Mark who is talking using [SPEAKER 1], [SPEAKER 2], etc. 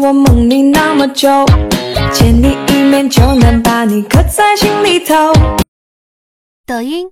[SPEAKER 1] 我梦里那么久，见你一面就能把你刻在心里头。
[SPEAKER 2] 抖音、